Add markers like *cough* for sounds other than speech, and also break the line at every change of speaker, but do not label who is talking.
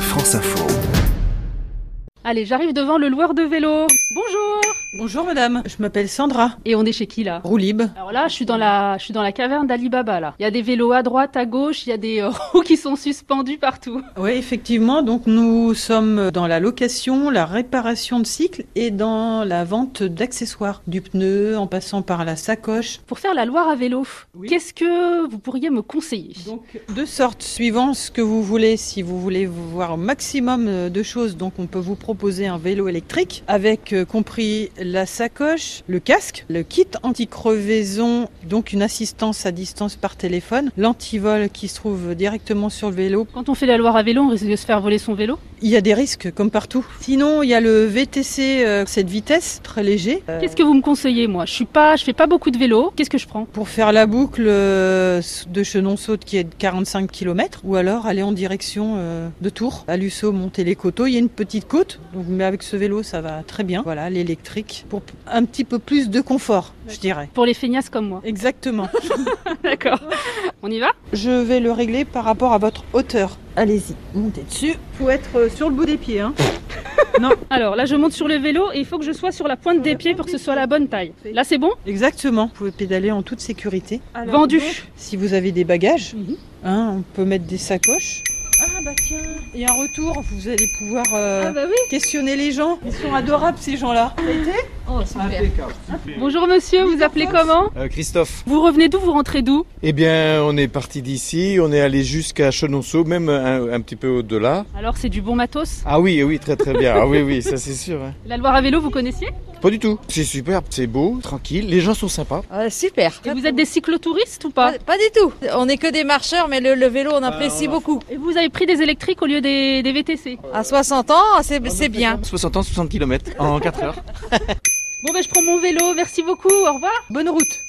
France Info.
Allez, j'arrive devant le loueur de vélo. Bonjour
Bonjour madame, je m'appelle Sandra.
Et on est chez qui là
Roulib.
Alors là, je suis dans la, je suis dans la caverne d'Alibaba là. Il y a des vélos à droite, à gauche, il y a des euh, *laughs* roues qui sont suspendues partout.
Oui, effectivement, donc nous sommes dans la location, la réparation de cycles et dans la vente d'accessoires, du pneu en passant par la sacoche.
Pour faire la Loire à vélo,
Oui.
qu'est-ce que vous pourriez me conseiller
Donc de sorte, suivant ce que vous voulez, si vous voulez voir un maximum euh, de choses, donc on peut vous proposer un vélo électrique avec euh, compris la sacoche, le casque, le kit anti-crevaison, donc une assistance à distance par téléphone, l'antivol qui se trouve directement sur le vélo
Quand on fait la Loire à vélo, on risque de se faire voler son vélo.
Il y a des risques comme partout. Sinon, il y a le VTC, euh, cette vitesse très léger. Euh,
Qu'est-ce que vous me conseillez moi Je suis pas, je fais pas beaucoup de vélo. Qu'est-ce que je prends
Pour faire la boucle euh, de Chenon-Saute qui est de 45 km, ou alors aller en direction euh, de Tours, à Lusso, monter les coteaux. Il y a une petite côte, donc, mais avec ce vélo, ça va très bien. Voilà, l'électrique, pour p- un petit peu plus de confort, je dirais.
Pour les feignasses comme moi.
Exactement.
*laughs*
*laughs*
D'accord. On y va
je vais le régler par rapport à votre hauteur. Allez-y, montez dessus. Faut être euh, sur le bout des pieds. Hein.
Alors là, je monte sur le vélo et il faut que je sois sur la pointe des pieds pour que ce soit la bonne taille. Là, c'est bon
Exactement. Vous pouvez pédaler en toute sécurité.
Vendu.
Si vous avez des bagages,
Mhm.
hein, on peut mettre des sacoches. Ah bah tiens, et un retour, vous allez pouvoir euh,
Ah bah oui.
questionner les gens. Ils sont adorables ces gens-là.
Oh super. Bonjour monsieur, vous appelez comment
Euh, Christophe.
Vous revenez d'où Vous rentrez d'où
Eh bien, on est parti d'ici, on est allé jusqu'à Chenonceau, même un, un petit peu au-delà.
Alors c'est du bon matos.
Ah oui, oui, très très bien. Ah oui, oui, ça c'est sûr. hein.
La Loire à vélo, vous connaissiez
Pas du tout. C'est superbe, c'est beau, tranquille, les gens sont sympas.
Ah, super.
Et vous êtes des cyclotouristes ou pas
pas, pas du tout. On n'est que des marcheurs, mais le, le vélo, on apprécie beaucoup.
Et vous avez pris des électriques au lieu des, des VTC.
À 60 ans, c'est c'est bien.
60 ans, 60 km en 4 heures.
Bon ben je prends mon vélo, merci beaucoup, au revoir.
Bonne route.